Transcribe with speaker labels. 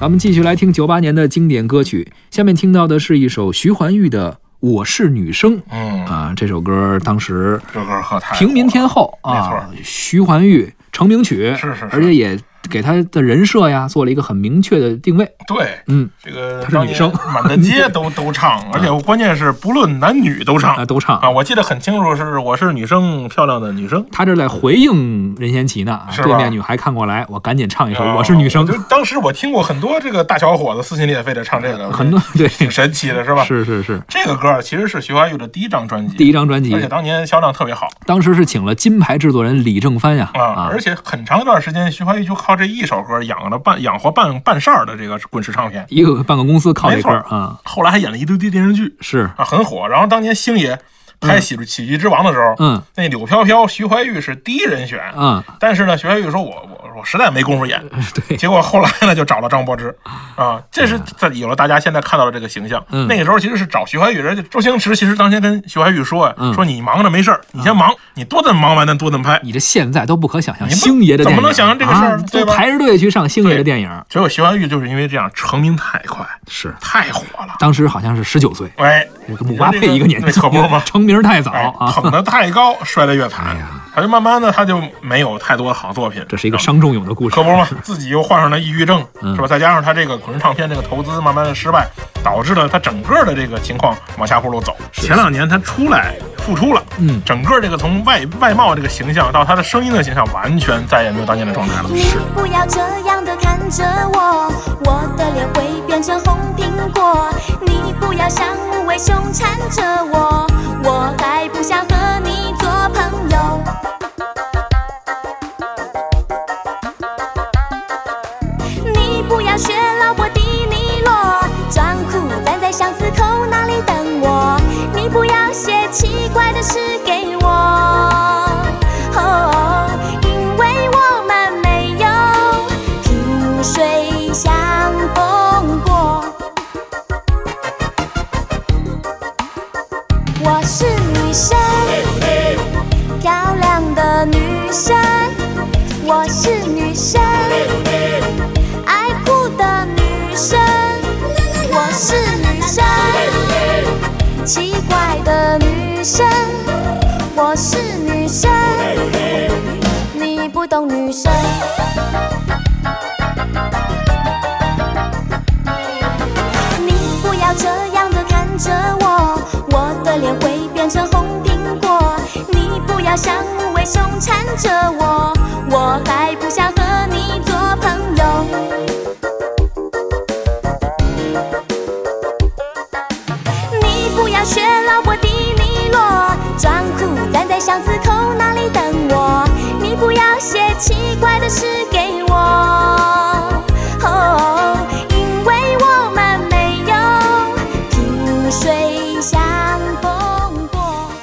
Speaker 1: 咱们继续来听九八年的经典歌曲，下面听到的是一首徐怀钰的《我是女生》
Speaker 2: 嗯，
Speaker 1: 啊，这首歌当时
Speaker 2: 这歌可太
Speaker 1: 平民天
Speaker 2: 后，
Speaker 1: 后
Speaker 2: 没错
Speaker 1: 啊，徐怀钰成名曲，
Speaker 2: 是是是
Speaker 1: 而且也给她的人设呀做了一个很明确的定位。
Speaker 2: 对，
Speaker 1: 嗯，
Speaker 2: 这个
Speaker 1: 她是女生
Speaker 2: 当年满大街都 都唱，而且关键是不论男女都
Speaker 1: 啊，
Speaker 2: 唱
Speaker 1: 都唱
Speaker 2: 啊！。我记得很清楚，是我是女生，漂亮的女生。
Speaker 1: 她这在回应任贤齐呢，啊
Speaker 2: 是吧
Speaker 1: 对面女孩看过来，我赶紧唱一首《我是女生
Speaker 2: 啊就》，当时我听过很多这个大小伙子撕心裂肺的唱这个，
Speaker 1: 很多对，
Speaker 2: 挺神奇的，哎是吧？
Speaker 1: 是是是，
Speaker 2: 这个歌其实是徐怀钰的第一张专辑，
Speaker 1: 第一张专
Speaker 2: 而且
Speaker 1: 辑，
Speaker 2: 当年销量特别好
Speaker 1: 当时是请了金牌制作人李正帆呀，
Speaker 2: 啊，
Speaker 1: 啊
Speaker 2: 而，且很长一段时间，徐怀钰就靠这一首歌养了半养活半半扇儿的这个滚石唱片，
Speaker 1: 一个半个公司靠这
Speaker 2: 没
Speaker 1: 歌
Speaker 2: 错
Speaker 1: 儿啊，
Speaker 2: 后来还演了一堆堆电视剧
Speaker 1: 是，
Speaker 2: 啊，很火。然后当年星爷拍喜剧喜剧之王的时候，
Speaker 1: 嗯
Speaker 2: 那柳飘飘、徐怀钰是第一人选，
Speaker 1: 嗯，
Speaker 2: 但是呢，徐怀钰说我我我实在没工夫演，
Speaker 1: 对，
Speaker 2: 结果后来呢，就找了张柏芝，啊，这是在有了大家现在看到的这个形象。
Speaker 1: 嗯
Speaker 2: 那个时候其实是找徐怀钰，人家周星驰其实当先跟徐怀钰说呀、
Speaker 1: 嗯
Speaker 2: 说你忙着没事儿，你先忙，你多怎么忙完咱多怎么拍。
Speaker 1: 你这现在都不可想象，
Speaker 2: 你不
Speaker 1: 星爷的
Speaker 2: 怎
Speaker 1: 电影
Speaker 2: 么能想象这个事
Speaker 1: 啊
Speaker 2: 儿呢
Speaker 1: 都
Speaker 2: 对吧
Speaker 1: 排着队去上星爷的
Speaker 2: 对
Speaker 1: 电影，
Speaker 2: 结果徐怀钰就是因为这样成名太快，
Speaker 1: 是，
Speaker 2: 太火了，
Speaker 1: 当时好像是十九岁，
Speaker 2: 哎，
Speaker 1: 这个姆巴佩一个年纪，
Speaker 2: 那可不是吗
Speaker 1: 成名太早
Speaker 2: 哎，
Speaker 1: 啊，
Speaker 2: 捧得太高，摔得越惨
Speaker 1: 哎呀，
Speaker 2: 他就慢慢的他就没有太多的好作品。啊
Speaker 1: 这是一个伤仲永的故事
Speaker 2: 可，不 是嘛，自己又患上了抑郁症，
Speaker 1: 嗯
Speaker 2: 是吧？再加上他这个滚石唱片这个投资慢慢的失败，导致了他整个的这个情况往下坡路走。
Speaker 1: 是
Speaker 2: 前两年他出来复出了，
Speaker 1: 嗯
Speaker 2: 整个这个从外外貌这个形象到他的声音的形象，完全再也没有当年的状态了。
Speaker 3: 你不要这样的看着我，我的脸会变成红苹果。你不要像无尾熊缠着我，我还不想和你做朋友。你不要学老伯迪尼洛，装酷站在相思口那里等我。你不要写奇怪的诗给我，哦，因为我们没有萍水相逢过。我是女生，漂亮的女生。我是女生。爱哭的女生，我是女生；奇怪的女生，我是女生。你不懂女生。你不要这样的看着我，我的脸会变成红苹果。你不要像无尾熊缠着我，我还不想和你做朋友。你不要学老伯迪尼洛，装酷站在巷子口那里等我。你不要写奇怪的诗给哦